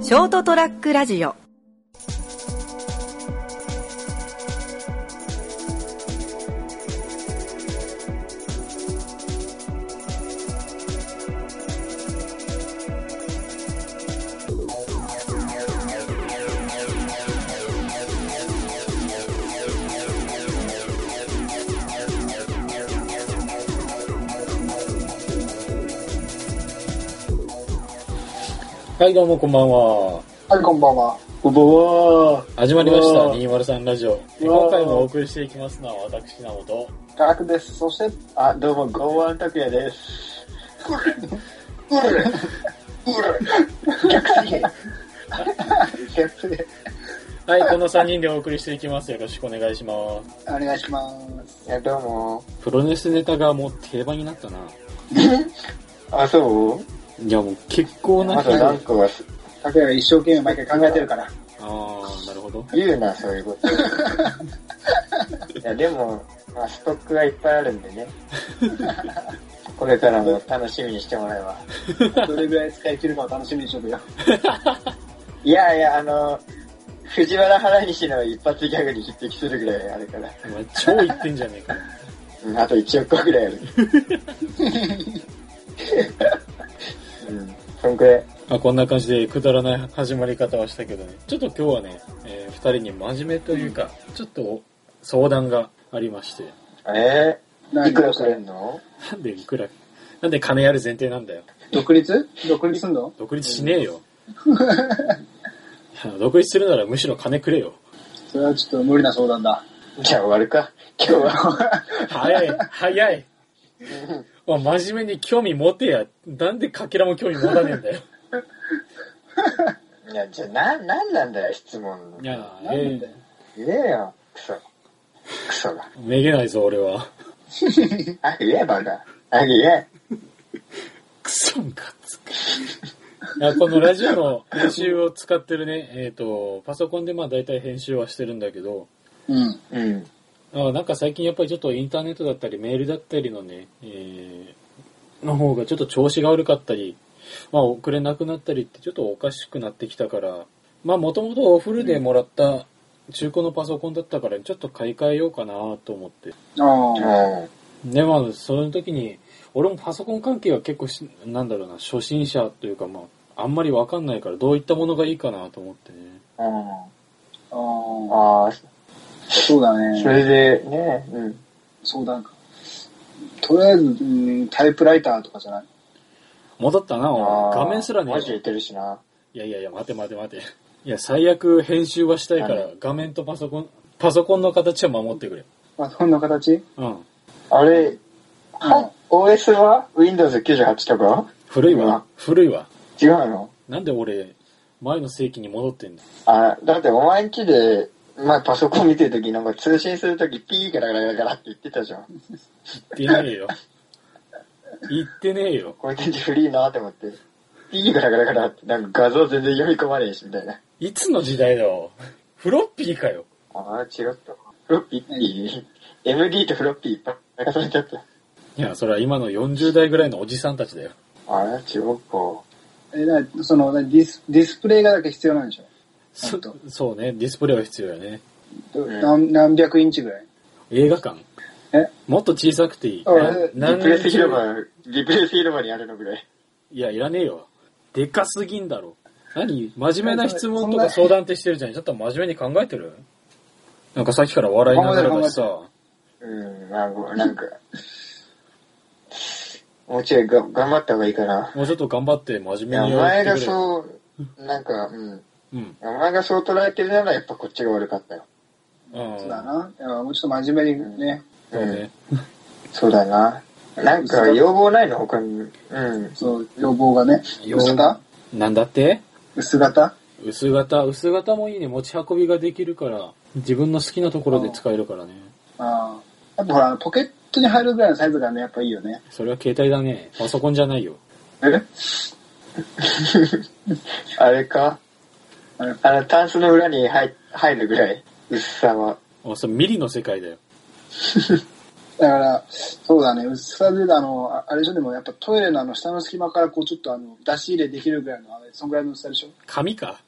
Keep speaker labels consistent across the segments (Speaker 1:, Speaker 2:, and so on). Speaker 1: ショートトラックラジオ
Speaker 2: はい、どうもこんばんは。
Speaker 3: はい、こんばんは。
Speaker 4: こんばんは。
Speaker 2: 始まりまし
Speaker 4: う
Speaker 2: た、
Speaker 4: わ
Speaker 2: 203ラジオ。え
Speaker 4: うわ
Speaker 2: 今回もお送りしていきますのは、私、なおと。
Speaker 3: ガラクです。そして、
Speaker 4: あ、どうも、ゴーアン拓也です。
Speaker 3: 逆すぎる。逆すぎる
Speaker 2: はい、この3人でお送りしていきます。よろしくお願いします。
Speaker 3: お願いします。
Speaker 4: いや、どうも。
Speaker 2: プロレスネタがもう定番になったな。
Speaker 4: あ、そう
Speaker 2: いや、もう結構な
Speaker 4: ま
Speaker 2: 人
Speaker 4: だ
Speaker 2: が。あ
Speaker 4: 何個がす、
Speaker 3: 拓也が一生懸命毎回考えてるから。
Speaker 2: あー、なるほど。
Speaker 4: 言うな、そういう こと。いや、でも、まあ、ストックがいっぱいあるん でね。これからも楽しみにしてもらえば。
Speaker 3: どれぐらい使い切るかを楽しみにしとくよ。
Speaker 4: いやいや、あの、藤原原西の一発ギャグに匹敵するぐらいあるから。
Speaker 2: お前超言ってんじゃね えかよ。
Speaker 4: うんあと1億個ぐらい ある。うん、そんくらい。
Speaker 2: まあ、こんな感じでくだらない始まり方はしたけどね。ちょっと今日はね、え2人に真面目というか、ちょっと相談がありまして。
Speaker 4: えー、
Speaker 3: 何
Speaker 4: いくらくれんの
Speaker 2: なんでいくら、なんで金やる前提なんだよ。
Speaker 3: 独立独立すんの
Speaker 2: 独立しねえよ。 いや独立するならむしろ金くれよ。
Speaker 3: それはちょっと無理な相談だ。
Speaker 4: じゃあ終わるか。今日は。
Speaker 2: 早い、早い。お前真面目に興味持てや。なんでかけらも興味持たねえんだよ。
Speaker 4: いや、じゃあな、なんなんだよ、質問。
Speaker 2: いや、
Speaker 3: な
Speaker 2: え
Speaker 3: んで
Speaker 4: 言えよ、クソ。クソが。
Speaker 2: えめげないぞ、俺は。
Speaker 4: あ、言え、バカ。あ、言え。
Speaker 2: くそんかついや、このラジオの編集を使ってるね、えっ、と、パソコンでまあ大体編集はしてるんだけど、
Speaker 3: うん。
Speaker 4: うん。
Speaker 2: あなんか最近やっぱりちょっとインターネットだったりメールだったりのね、えーの方がちょっと調子が悪かったり、まあ遅れなくなったりってちょっとおかしくなってきたから、まあもともとオフルでもらった中古のパソコンだったからちょっと買い替えようかなと思って。
Speaker 3: ああ。
Speaker 4: も
Speaker 2: で、まあその時に、俺もパソコン関係は結構し、なんだろうな、初心者というかまあ、あんまりわかんないからどういったものがいいかなと思ってね。
Speaker 4: う、う
Speaker 3: あ
Speaker 4: ん。
Speaker 3: あ。
Speaker 4: ああ、
Speaker 3: そうだ
Speaker 4: そ
Speaker 3: ね。
Speaker 4: れで、ね、うん。
Speaker 3: 相談か。とりあえず、うんタイプライターとかじゃない
Speaker 2: 戻ったな、おい
Speaker 4: あー
Speaker 2: 画面すらねえわ
Speaker 4: 文字言ってるしな。
Speaker 2: いやいやいや、待て待て待て。いや、最悪編集はしたいから
Speaker 4: は、
Speaker 2: 画面とパソコン、パソコンの形は守ってくれ。
Speaker 3: パソコンの形
Speaker 2: うん。
Speaker 4: あれ、
Speaker 3: は
Speaker 4: OS は ?Windows98 とか
Speaker 2: 古いうわ
Speaker 4: わ。
Speaker 2: 古いわ。
Speaker 4: 違うの
Speaker 2: なんで俺、前の世紀に戻ってんだ。
Speaker 4: あ、だってお前んちで、まあ、パソコン見てるとき、なんか通信するとき、ピーガラガラガラガラって言ってたじゃん。
Speaker 2: 言ってねえ よ。言ってねえよ。
Speaker 4: これ電池フリーなって思って。ピーガラガラガラって、なんか画像全然読み込まねえし、みたいな。
Speaker 2: いつの時代だよ。フロッピーかよ。
Speaker 4: ああ、違った。フロッピーって言う MD とフロッピーいっぱい流されちゃった。
Speaker 2: いや、それは今の40代ぐらいのおじさんたちだよ。
Speaker 4: ああ、違うか。
Speaker 3: え、な、その、ディスディスプレイがだけ必要なんでしょ
Speaker 2: そ
Speaker 3: 本当
Speaker 2: そうね、ディスプレイは必要やね。
Speaker 3: ど
Speaker 4: ん
Speaker 3: 何何百インチぐらい
Speaker 2: 映画館
Speaker 3: え
Speaker 2: もっと小さくていい。
Speaker 3: あ
Speaker 2: な
Speaker 3: え
Speaker 2: 何
Speaker 4: リプレイス
Speaker 2: 十
Speaker 4: 広場、リプレイス広場にあるのぐらい。
Speaker 2: いや、いらねえよ。でかすぎんだろ。何真面目な質問と
Speaker 3: そん
Speaker 2: か
Speaker 3: な
Speaker 2: 相談ってしてるじゃん。ちょっと真面目に考えてるなんかさっきから笑いながらだしさ。
Speaker 4: うん、まあ、ごなんか。もうちょいが頑張った方がいいかな。
Speaker 2: もうちょっと頑張って真面
Speaker 4: い
Speaker 2: 目
Speaker 4: や、お
Speaker 2: に
Speaker 4: 前
Speaker 2: や
Speaker 4: が
Speaker 2: ってくれ。
Speaker 4: そう、なんか、うん。
Speaker 2: うん。
Speaker 4: お前がそう捉えてるなら、やっぱこっちが悪かったよ。
Speaker 2: うん。
Speaker 3: そうだな。いやもうちょっと真面目にね、
Speaker 2: そうね。
Speaker 4: そうだな。なんか、要望ないの他に。うん。
Speaker 3: そう、要望がね、
Speaker 2: 要
Speaker 3: 薄型
Speaker 2: なんだって
Speaker 3: 薄型
Speaker 2: 薄型、薄型もいいね。持ち運びができるから、自分の好きなところで使えるからね。
Speaker 3: ああ。やっぱほら、ポケットに入るぐらいのサイズがね、やっぱいいよね。
Speaker 2: それは携帯だね。パソコンじゃないよ。
Speaker 3: え
Speaker 4: あれか
Speaker 3: あれ
Speaker 4: あの、タンスの裏に入入るぐらい、薄さは。
Speaker 2: あ、それミリの世界だよ。
Speaker 3: だから、そうだね、薄さで、あの、ああれでしょ、でもやっぱトイレのあの、下の隙間からこう、ちょっとあの、出し入れできるぐらいの、あれ、そんぐらいの薄さでしょい
Speaker 2: 紙か。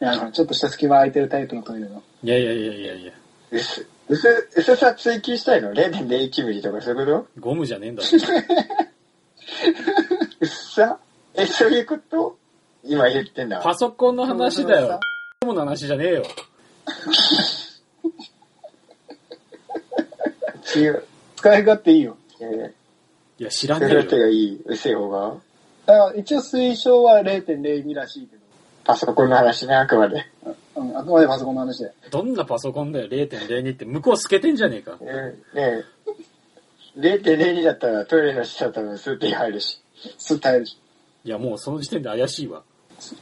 Speaker 3: や、あのちょっとした隙間空いてるタイプのトイレの。
Speaker 2: いやいやいやいやいや。
Speaker 4: 薄、薄、薄さ追求したいの ?0.01 ミリとかそういうこ
Speaker 2: ゴムじゃねえんだ。
Speaker 4: と薄さえ、そういうこと今言ってんだ。
Speaker 2: パソコンの話だ
Speaker 3: そうそう
Speaker 2: よ。ゴムの話じゃねえよ。
Speaker 4: 違う。
Speaker 3: 使い勝手いいよ。
Speaker 4: え
Speaker 2: いや、知ら
Speaker 4: ー、
Speaker 2: ね
Speaker 4: そ
Speaker 2: え
Speaker 4: れだって
Speaker 2: よ。
Speaker 4: がいい。薄い方が
Speaker 3: だから、一応推奨は0.02らしいけど、
Speaker 4: パソコンの話ね、あくまで。
Speaker 3: うん、あくまでパソコンの話で。
Speaker 2: どんなパソコンだよ、0.02って。向こう透けてんじゃねえか
Speaker 4: う。ん、ねえ。0.02だったらトイレの下多分スーッて入るし。
Speaker 3: すっと耐えるし。
Speaker 2: いや、もうその時点で怪しいわ。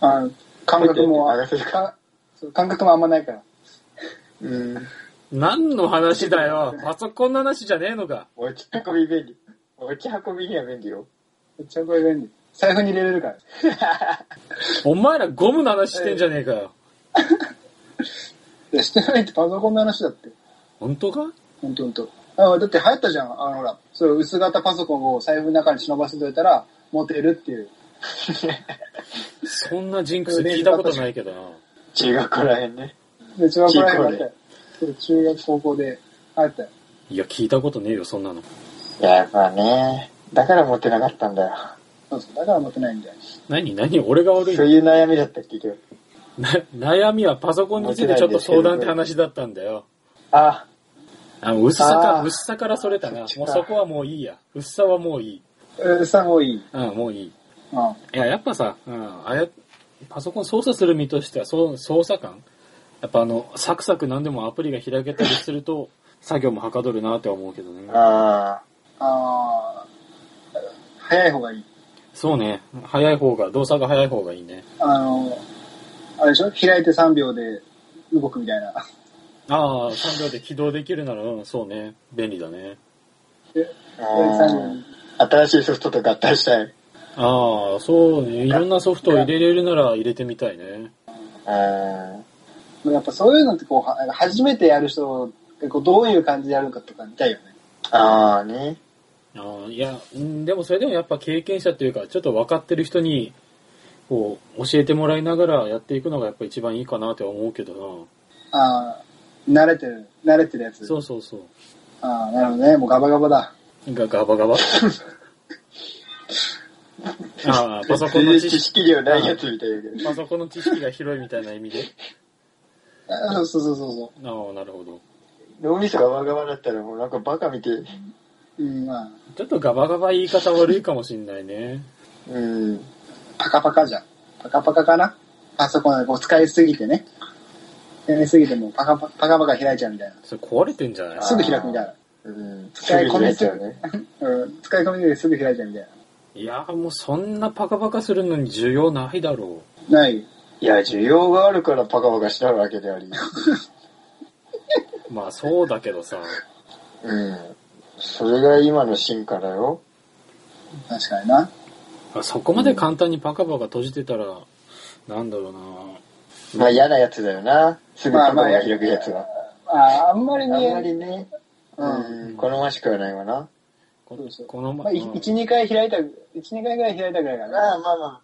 Speaker 3: あの感覚も、
Speaker 4: あそう
Speaker 3: かそう感覚もあんまないから。
Speaker 4: うん。
Speaker 2: 何の話だよ。パソコンの話じゃねえのか。
Speaker 4: 持ち運び便利。持ち運びには便利よ。
Speaker 3: めっちゃこれ便利。財布に入れれるから。
Speaker 2: お前らゴムの話してんじゃねえかよ。
Speaker 3: いや、してないってパソコンの話だって。
Speaker 2: 本当か
Speaker 3: ほんとほんと。あだって流行ったじゃん。あの、ほら、そういう薄型パソコンを財布の中に忍ばせといたら、持てるっていう。
Speaker 2: そんなジンクス聞いたことないけどな。
Speaker 4: 中学校らへんね。
Speaker 3: で、中学校らへんだったよ。そう中学、高校で流行ったよ。
Speaker 2: いや、聞いたことねえよ、そんなの。
Speaker 4: いや、やっぱね。だから持ってなかったんだよ。
Speaker 3: そうそう。だから持てないんだよ。
Speaker 2: 何何俺が悪い
Speaker 4: そう
Speaker 2: の
Speaker 4: いう悩みだったっけ、今日。
Speaker 2: な悩みはパソコンについてちょっと相談って話だったんだよ。
Speaker 4: あ、
Speaker 2: あの、薄さか、
Speaker 4: あー
Speaker 2: 薄さからそれたな。もう
Speaker 4: そっちか
Speaker 2: そこはもういいや。薄さはもういい。
Speaker 3: うさ多い。
Speaker 2: うん、もういい。
Speaker 3: うん。
Speaker 2: いや、やっぱさ、うん、あや、パソコン操作する身としては、そう操作感やっぱあの、サクサク何でもアプリが開けたりすると、 作業もはかどるなって思うけどね。
Speaker 4: あ
Speaker 3: あー、早い方がいい。
Speaker 2: そうね。早い方が、動作が早い方がいいね。
Speaker 3: あの、あれでしょ開いて3秒で動くみたいな。
Speaker 2: ああ、3秒で起動できるなら、うん、そうね。便利だね。
Speaker 4: ー
Speaker 3: 開いて
Speaker 4: あー。新しいソフトと合体したい。
Speaker 2: ああ、そうね。いろんなソフトを入れれるなら入れてみたいね。
Speaker 4: あ
Speaker 3: 3秒。やっぱそういうのってこう、は初めてやる人がこうどういう感じでやるのかとか見たいよね。
Speaker 4: ーあーね。
Speaker 2: ああ、いや、うんでもそれでもやっぱ経験者というか、ちょっと分かってる人に、こう、教えてもらいながらやっていくのがやっぱ一番いいかなって思うけど
Speaker 3: ああ、慣れてる、慣れてるや
Speaker 2: な。
Speaker 3: つ。
Speaker 2: そうそうそう。
Speaker 3: ああ、なるほどね。もうガバガバだ。
Speaker 2: がガバガ バ。ああ、パソコンの知
Speaker 4: 知
Speaker 2: 識、
Speaker 4: 識量ないやつみたいだけど。
Speaker 2: パソコンの知識が広いみたいな意味で。
Speaker 3: あそうそうそうそ
Speaker 2: ああ、なるほど。
Speaker 4: 脳みそがわがまだったらもうなんかバカみてえ。
Speaker 3: う。うん、まあ、
Speaker 2: ちょっとガバガバ言い方悪いかもしんないね。
Speaker 4: うん。
Speaker 3: パカパカじゃん。パカパカかなパソコンでこう使いすぎてね。やりすぎてもうパカパパカパカ開いちゃうみたい
Speaker 2: それ壊れてんじゃない
Speaker 3: な。すぐ開くみたいな。
Speaker 4: うん。
Speaker 3: 使い込みす
Speaker 4: ち
Speaker 3: ぎ
Speaker 4: ゃうね。
Speaker 3: うん、使い込みですぐ開いちゃうみたい
Speaker 2: いやもうそんなパカパカするのに需要ないだろ
Speaker 3: な。ない。
Speaker 4: いや、需要があるからパカパカしたわけで あり。
Speaker 2: う。まあそうだけどさ。
Speaker 4: うん。それが今の進化だよ。
Speaker 3: 確かにな。
Speaker 2: そこまで簡単にパカパカ閉じてたら、なんだろうな
Speaker 4: まあ嫌なやつだよな。すぐパカパカ開くやつは。
Speaker 3: ああ、あんまり
Speaker 4: あんま
Speaker 3: ね、
Speaker 4: りね、
Speaker 3: うん
Speaker 4: うん、好ましくはないわな。
Speaker 2: こ
Speaker 3: そうそう
Speaker 2: この
Speaker 3: まあ、
Speaker 2: 前、
Speaker 3: い
Speaker 2: うん
Speaker 3: 一二回開いた、一二回ぐらい開いたぐらいかな。
Speaker 4: まあまあまあ。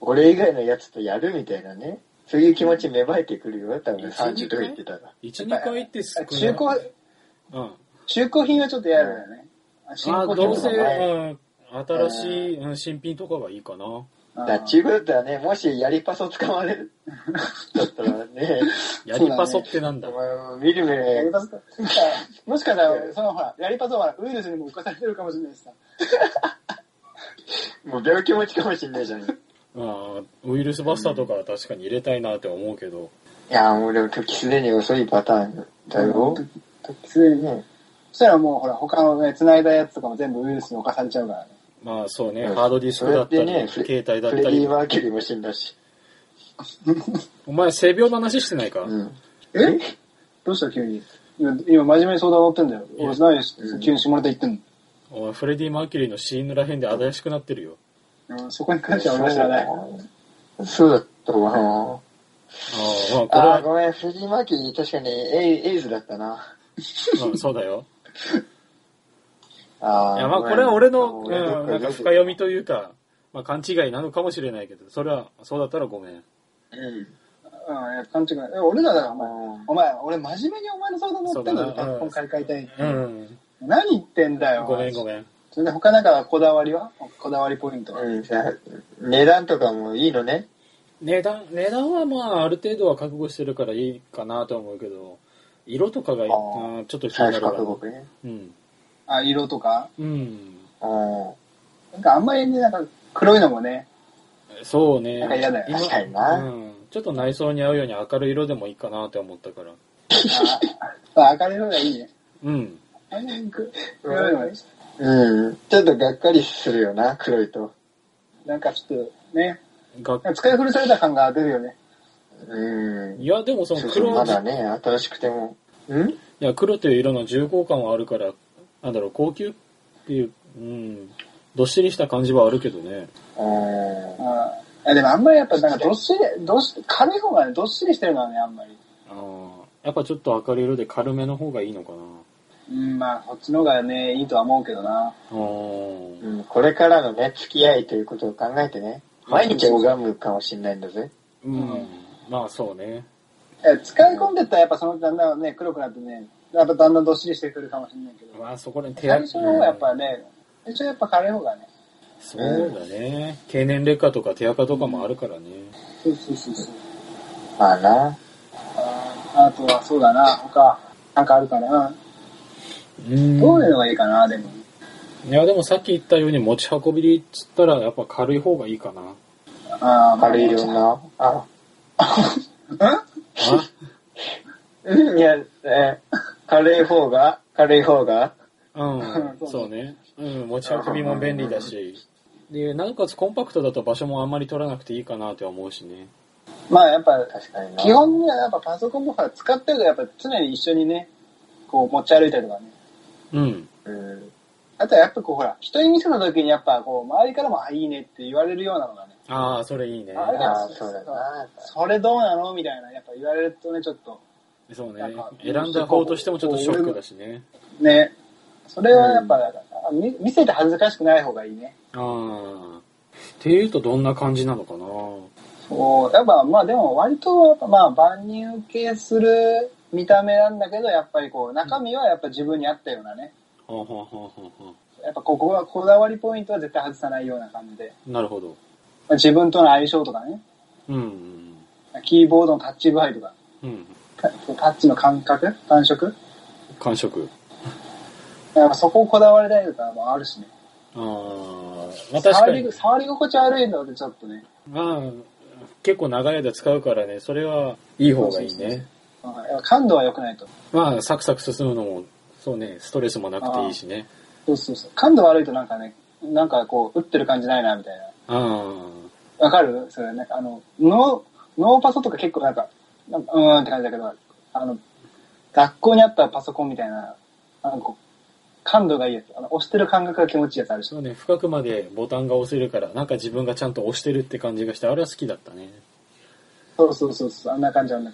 Speaker 4: 俺以外のやつとやるみたいなね。そういう気持ち芽生えてくるよ、多分30とか言ってたら。
Speaker 2: 一二回って少ない。
Speaker 3: 中古、
Speaker 2: うん。
Speaker 3: 中古品はちょっと嫌だよね。あ新
Speaker 2: あ
Speaker 3: 古
Speaker 2: ど
Speaker 3: 品
Speaker 2: う
Speaker 3: と
Speaker 2: せ、
Speaker 3: かね
Speaker 2: うん、新しい、うん、新品とかがいいかな。
Speaker 3: あ
Speaker 4: だ
Speaker 3: ー
Speaker 4: から中古だったらね、もしやりパソ捕まれ るだったらね、
Speaker 2: やりパソってなん
Speaker 4: お
Speaker 2: だ
Speaker 4: 前も見る目
Speaker 3: やり
Speaker 4: が
Speaker 3: パスか。もしかしたら、そのほら、やりパスはウイルスにも侵されてるかもしれないしさ。
Speaker 4: もう病気持ちかもしんないじゃん。い
Speaker 2: あーウイルスバスターとかは確かに入れたいなって思うけど、
Speaker 4: や、もうでも時すでに遅いパターンだよ。
Speaker 3: すでにね。
Speaker 4: ね、
Speaker 3: そしたらもうほら、他のね、繋いだやつとかも全部ウイルスに侵されちゃうからね。
Speaker 2: まあそうね、
Speaker 4: うん
Speaker 2: ハードディスクだったり、
Speaker 4: それってね
Speaker 2: 携帯だっ
Speaker 4: フ
Speaker 2: た
Speaker 4: レデ
Speaker 2: り
Speaker 4: ィ・。マーキュリーも死んだし。
Speaker 2: お前、性病の話してないか、
Speaker 4: うん。
Speaker 3: えどうした急に。今、今真面目に相談乗ってんだよ。
Speaker 2: いや
Speaker 3: 俺、何し
Speaker 4: うん
Speaker 3: 急に下ネタ言ってん
Speaker 2: お前、フレディ・マーキュリーの死因のらへんで新しくなってるよ。
Speaker 3: の、うん、そこに関しては俺は知らない。
Speaker 4: そうだったわ。
Speaker 2: ああ、まあこれ
Speaker 4: あ
Speaker 2: は
Speaker 4: ー、ごめん、フレディ・マーキュリー確かにエイエイズだったな。
Speaker 2: うんそうだよ。
Speaker 4: あ
Speaker 2: いや、まあこれは俺の、うん、
Speaker 4: どっか
Speaker 2: なんか深読みというか、まあ勘違いなのかもしれないけど、それは、そうだったらごめん。
Speaker 4: うん。
Speaker 3: うん、いや、勘違い。え俺らだよ、お前。
Speaker 4: あ
Speaker 3: お前、俺真面目にお前の相談乗ってんだ
Speaker 2: そ
Speaker 3: よ、
Speaker 2: うだな
Speaker 3: 結婚買い替えたいって。
Speaker 2: うん。
Speaker 3: 何言ってんだよ。
Speaker 2: ごめんごめん。
Speaker 3: それで他なんかこだわりはこだわりポイントは。
Speaker 4: うん、さ値段とかもいいのね。
Speaker 2: 値段、値段はまあある程度は覚悟してるからいいかなとは思うけど、色とかが、
Speaker 4: あー
Speaker 2: うんちょっと気にな
Speaker 4: 財布
Speaker 2: るから
Speaker 4: 覚。悟ね。
Speaker 2: うん。
Speaker 3: あ、色とか。
Speaker 2: うん。
Speaker 4: うん。
Speaker 3: なんかあんまりね、なんか黒いのも ね。
Speaker 2: そうね。
Speaker 3: なんか嫌だよ
Speaker 2: 今
Speaker 4: 確かにな
Speaker 2: うん。ちょっと内装に合うように明るい色でもいいかなって思ったから。
Speaker 3: あ、明るいのがいいね。
Speaker 2: うん。
Speaker 3: あれく黒いのがいいし
Speaker 4: うん。ちょっとがっかりするよな、黒いと。
Speaker 3: なんかちょっとね、
Speaker 2: が
Speaker 3: なんか使い古された感が出るよね。
Speaker 4: うん
Speaker 2: い。や、でもその
Speaker 4: そうそう
Speaker 2: 黒、
Speaker 4: まだね、新しくても。うん
Speaker 2: いや、黒という色の重厚感はあるから、なんだろう、高級っていう、うん、どっしりした感じはあるけどね。
Speaker 4: あ
Speaker 3: あいやでもあんまりやっぱなんかどっしり、どっしり、軽い方がね、どっしりしてるのはね、あんまり。
Speaker 2: あーやっぱちょっと明るい色で軽めの方がいいのかな。
Speaker 3: うん、まあ、こっちの方がね、いいとは思うけどな。
Speaker 2: あー
Speaker 4: うん、これからのね、付き合いということを考えてね、毎日拝むかもしれないんだぜ。
Speaker 2: うん、
Speaker 3: うん
Speaker 2: まあそうね。
Speaker 3: え使い込んでったらやっぱそのだんだんね、黒くなってね、やっぱだんだんどっしりしてくるかもしれないけど。
Speaker 2: まあそこで手
Speaker 3: 最
Speaker 2: 荒
Speaker 3: 初の方がやっぱね、最初はやっぱ軽い方がね。
Speaker 2: そうだね。経年劣化とか手垢とかもあるからね。
Speaker 3: そうそうそうそう。
Speaker 4: まあな。
Speaker 3: あーあとはそうだな、他、なんかあるかな。
Speaker 2: うん。
Speaker 3: どういうのがいいかな、でも。
Speaker 2: いや、でもさっき言ったように持ち運びっつったらやっぱ軽い方がいいか な。
Speaker 3: あー
Speaker 4: 軽いよ。な。あ、
Speaker 3: まあ
Speaker 2: あ
Speaker 4: うん、 いや、えー軽い方が、軽い方が、
Speaker 2: うん、
Speaker 3: そ
Speaker 2: そううね。うん、持ち運びも便利だし。で、なおかつコンパクトだと場所もあんまり取らなくていいかなって思うしね。
Speaker 3: まあやっぱ、
Speaker 4: 確かにな。
Speaker 3: 基本にはやっぱパソコンもほら使ってるからやっぱ常に一緒にね、こう持ち歩いたりとかね。
Speaker 2: うん。
Speaker 4: うん。
Speaker 3: あとはやっぱこうほら、人に見せた時にやっぱこう周りからも、あ、いいねって言われるようなのがね。
Speaker 2: ああ、それいいね。
Speaker 3: あれ
Speaker 4: ああ、そうだな。
Speaker 3: それどうなのみたいな、やっぱ言われるとね、ちょっと、
Speaker 2: そうね
Speaker 3: なんか。
Speaker 2: 選んだ方としてもちょっとショックだしね。
Speaker 3: ね。それはやっぱ、あ見見せて恥ずかしくない方がいいね。
Speaker 2: ああ。っていうとどんな感じなのかな
Speaker 3: そう、やっぱまあでも割とやっぱまあ万人受けする見た目なんだけど、やっぱりこう中身はやっぱ自分に合ったようなね。
Speaker 2: ははははは
Speaker 3: やっぱここはこだわりポイントは絶対外さないような感じで。
Speaker 2: なるほど。
Speaker 3: まあ自分との相性とかね。
Speaker 2: うんうん。
Speaker 3: キーボードのタッチ具合とか、
Speaker 2: うん。
Speaker 3: タタッチの感覚感触
Speaker 2: 感触。
Speaker 3: やっぱそこをこだわりたいとかもあるしね。
Speaker 2: ああ。まあ確か
Speaker 3: 触
Speaker 2: に
Speaker 3: り。触り心地悪いのでちょっとね。
Speaker 2: まあ、結構長い間使うからね、それはいい方がいいね。
Speaker 3: まあやっぱ感度は良くないと。
Speaker 2: まあ、サクサク進むのも、そうね、ストレスもなくていいしね。
Speaker 3: そうそうそう。感度悪いとなんかね、なんかこう、打ってる感じないな、みたいな。
Speaker 2: あ
Speaker 3: わかるそれ、なんかあの、ノー、ノーパソとか結構なんか、なんかうーんって感じだけど、あの、学校にあったパソコンみたいな、あの、こう、感度がいいやつ。あの、押してる感覚が気持ちいいやつある
Speaker 2: あ、
Speaker 3: し。
Speaker 2: そうね、深くまでボタンが押せるから、なんか自分がちゃんと押してるって感じがして、あれは好きだったね。
Speaker 3: そうそうそうそう、あんな感じなんだ。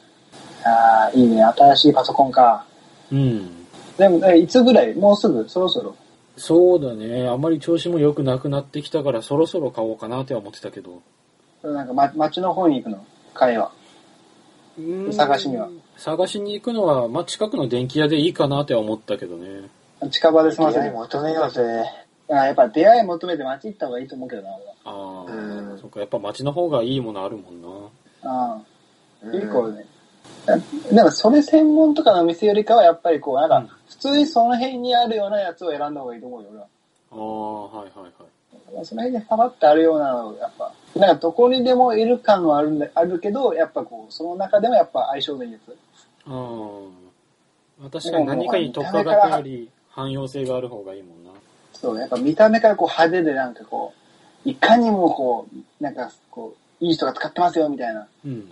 Speaker 3: ああ、いいね。新しいパソコンか。
Speaker 2: うん。
Speaker 3: でも、えいつぐらいもうすぐそろそろ。
Speaker 2: そうだね、あんまり調子も良くなくなってきたから、そろそろ買おうかなっては思ってたけど。
Speaker 3: それなんか、ま、町の方に行くの彼は。
Speaker 2: うん
Speaker 3: 探しには。
Speaker 2: 探しに行くのは、まあ、近くの電気屋でいいかなっては思ったけどね。
Speaker 3: 近場で済ませ
Speaker 4: 出会い
Speaker 3: る。
Speaker 4: 求めようぜ。
Speaker 3: あーやっぱ出会い求めて町行った方がいいと思うけどな、俺は。
Speaker 2: ああ、
Speaker 4: うん
Speaker 2: そっか、やっぱ街の方がいいものあるもんな。
Speaker 3: ああ。
Speaker 4: うん
Speaker 3: 結構ね。なんかそれ専門とかのお店よりかはやっぱりこう、な
Speaker 2: うんん
Speaker 3: か普通にその辺にあるようなやつを選んだ方がいいと思うよ、俺は。
Speaker 2: ああ、はいはいはい。
Speaker 3: その辺にパパってあるようなのをやっぱ、なんかどこにでもいる感はあるんだ、あるけど、やっぱこう、その中でもやっぱ相性のいいやつ。
Speaker 2: ああ。確かに何かに特化型より汎用性がある方がいいもんな。
Speaker 3: そう、やっぱ見た目からこう派手でなんかこう、いかにもこう、なんかこう、いい人が使ってますよみたいな。
Speaker 2: うん。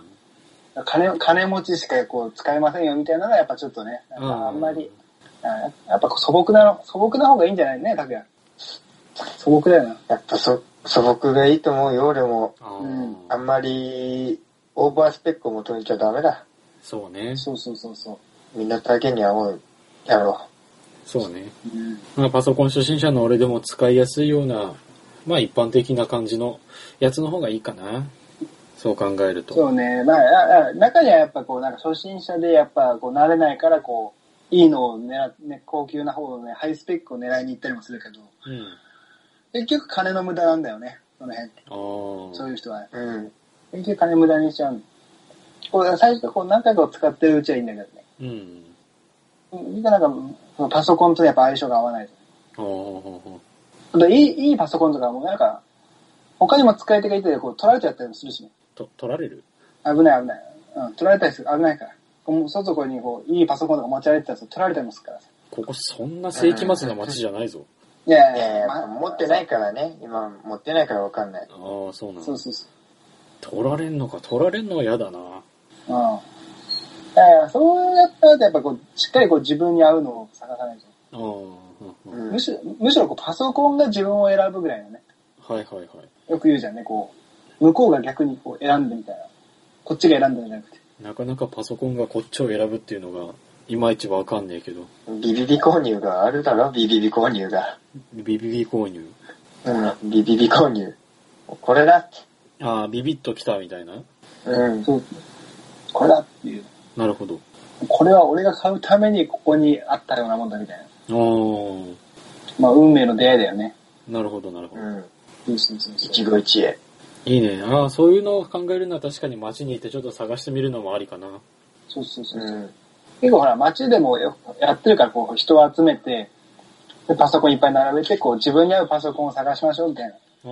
Speaker 3: 金、金持ちしかこう使えませんよみたいなのはやっぱちょっとね、なんかあんまり、あやっぱ素朴な、素朴な方がいいんじゃないね、拓也。素朴だよな。
Speaker 4: やっぱそ、素朴がいいと思うよ、俺も。
Speaker 2: ああ、
Speaker 3: うん
Speaker 4: あんまり、オーバースペックを求めちゃダメだ。
Speaker 2: そうね。
Speaker 3: そうそうそうそう。
Speaker 4: みんなだけに合うやろ
Speaker 2: そうね。
Speaker 4: うん。
Speaker 2: まあ、パソコン初心者の俺でも使いやすいような、まあ一般的な感じのやつの方がいいかな。そう考えると。
Speaker 3: そうね。まああ、あ中にはやっぱこう、なんか初心者でやっぱこう、慣れないからこう、いいのを狙っね、高級な方のね、ハイスペックを狙いに行ったりもするけど、
Speaker 2: うん。
Speaker 3: 結局金の無駄なんだよね、その辺。
Speaker 2: あ
Speaker 3: そういう人は。
Speaker 4: うん。
Speaker 3: 結局金無駄にしちゃうのこう最初こう何回か使ってるうちはいいんだけどね。
Speaker 2: あ。うん。
Speaker 3: うんなんか、そのパソコンとやっぱ相性が合わないと。
Speaker 2: ああ。
Speaker 3: あといい、いいパソコンとかもなんか、他にも使い手がいて、こう、取られちゃったりもするしね。
Speaker 2: と、取られる
Speaker 3: 危ない危ない。うん、取られたりする。危ないから。もう外こにこう、いいパソコンとか持ち歩いてたらさ取られたりもするからさ。
Speaker 2: ここそんな世紀末の街じゃないぞ。
Speaker 3: いや。
Speaker 4: いやいや、持ってないいからね。今、持ってないからわかんない。
Speaker 2: ああ、そうな
Speaker 3: そ
Speaker 2: の
Speaker 3: う。そうそ
Speaker 2: 取られんのか、取られんのは嫌だな。
Speaker 3: う。うん。いやいや、そうやったらやっぱこう、しっかりこう自分に合うのを探さないと。
Speaker 2: ああ、うんうん
Speaker 4: うん
Speaker 3: むしろ、むしろこう、パソコンが自分を選ぶぐらいのね。
Speaker 2: はいはいはい。
Speaker 3: よく言うじゃんね、こう、向こうが逆にこう選んでみたいな。こっちが選んだんじゃなくて。
Speaker 2: なかなかパソコンがこっちを選ぶっていうのが、いまいちわかんねえけど。
Speaker 4: ビビビ購入があるだろ、ビビビ購入が。
Speaker 2: ビビビ購入。
Speaker 4: うん、ビビビ購入。これだって。
Speaker 2: ああ、ビビッと来たみたいな。
Speaker 4: うん。
Speaker 3: そう。これだっていう。
Speaker 2: なるほど。
Speaker 3: これは俺が買うためにここにあったようなもんだみたいな。
Speaker 2: ああ。
Speaker 3: まあ、運命の出会いだよね。
Speaker 2: なるほど、なるほ
Speaker 4: う
Speaker 2: ど。
Speaker 4: ん。
Speaker 3: そうそうそうそう。
Speaker 4: 一期一会。
Speaker 2: いいね。ああ、そういうのを考えるのは確かに街に行ってちょっと探してみるのもありかな。
Speaker 3: そうそうそうう。
Speaker 4: ん。
Speaker 3: 結構ほら、街でもよやってるから、こう、人を集めて、でパソコンいっぱい並べて、こう、自分に合うパソコンを探しましょうみたいな。
Speaker 2: ああ、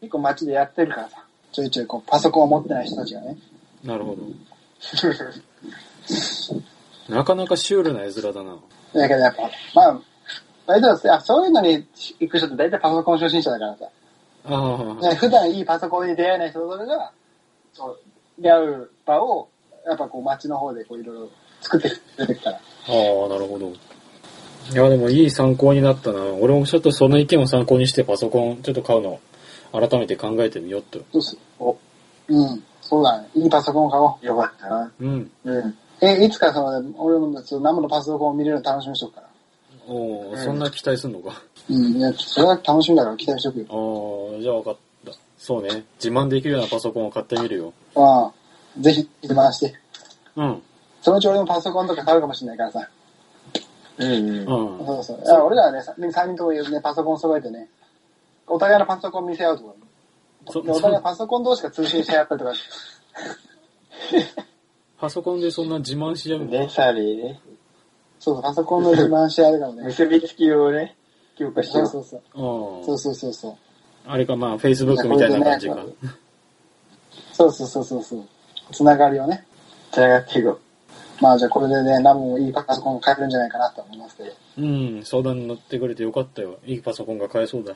Speaker 3: 結構街でやってるからさ。ちょいちょい、こう、パソコンを持ってない人たちが ね。
Speaker 2: なるほど。なかなかシュールな絵面だな。
Speaker 3: だけどやっぱ、まあ、大丈夫です。あそういうのに行く人って大体パソコン初心者だからさ。
Speaker 2: ああ、
Speaker 3: ね普段いいパソコンに出会えない人とかが、そう出会う場を、やっぱこう街の方でこういろいろ作って出てくから。
Speaker 2: ああ、なるほど。いや、でもいい参考になったな。俺もちょっとその意見を参考にしてパソコンちょっと買うのを改めて考えてみようっと。
Speaker 3: そうす
Speaker 4: お、
Speaker 3: うん。そうだね。いいパソコンを買お
Speaker 4: よかったな。
Speaker 2: うん。
Speaker 4: うん。
Speaker 3: う。え、いつかその、俺もその生のパソコンを見れるの楽しみにしとくから。
Speaker 2: お
Speaker 4: う
Speaker 2: お、
Speaker 4: ん
Speaker 2: そんな期待すんのか。
Speaker 3: うん。いや、それは楽しみだから期待しとくよ。
Speaker 2: ああ、じゃあ分かった。そうね。自慢できるようなパソコンを買ってみるよ。
Speaker 3: ああ。ぜひ、見て回して。
Speaker 2: うん。
Speaker 3: そのうち俺もパソコンとか買うかもしれないからさ。
Speaker 4: うん
Speaker 2: う
Speaker 4: うん。
Speaker 2: ん。
Speaker 3: そうそう。あ俺らはね、3人ともね、パソコン揃えてね、お互いのパソコン見せ合うとか、
Speaker 2: そ
Speaker 3: でお互いパソコン同士が通信し合ったりとか、
Speaker 2: パソコンでそんな自慢しやるの
Speaker 4: ね、サリーね。
Speaker 3: そうそう、パソコンの自慢し合うから ね。
Speaker 4: 結びつきをね、強化し
Speaker 3: そ
Speaker 4: よ
Speaker 3: う
Speaker 4: う。
Speaker 3: そうそう。
Speaker 2: あ
Speaker 3: そう
Speaker 2: あ。
Speaker 3: そうそうそう。
Speaker 2: あれか、まあ、Facebook みたいな感じか。
Speaker 3: そうそうそうそうそう。つながりをね。
Speaker 4: 繋がっていこう。
Speaker 3: まあじゃあこれでね、何もいいパソコンを買えるんじゃないかなと思いますけど。
Speaker 2: うん、相談に乗ってくれてよかったよ。いいパソコンが買えそうだ。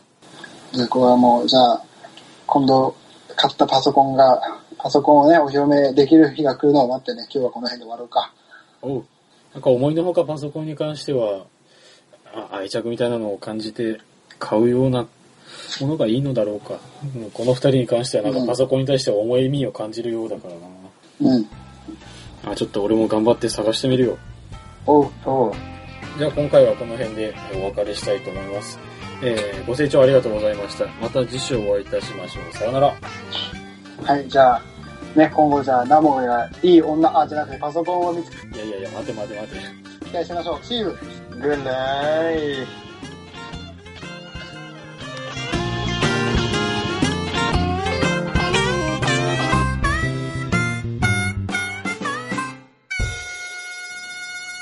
Speaker 3: じゃあこれはもう、じゃあ、今度買ったパソコンが、パソコンをね、お披露目できる日が来るのを待ってね、今日はこの辺で終わろうか。
Speaker 2: おう。なんか思いのほかパソコンに関しては、あ愛着みたいなのを感じて買うようなものがいいのだろうか。うんこの二人に関してはなんかパソコンに対して重い意味を感じるようだからな。
Speaker 3: うん。
Speaker 2: あ、ちょっと俺も頑張って探してみるよ。
Speaker 3: おう。
Speaker 4: そう。
Speaker 2: じゃあ今回はこの辺でお別れしたいと思います。えー、ご清聴ありがとうございました。また次週お会いいたしましょう。さよなら。
Speaker 3: はい、じゃあ、ね、今後じゃあ、ナモがいい女、あ、じゃなくてパソコンを見つけ
Speaker 2: いやいやいや、待て待て待て。
Speaker 3: 期待しましょう。チーム
Speaker 4: グッナイ。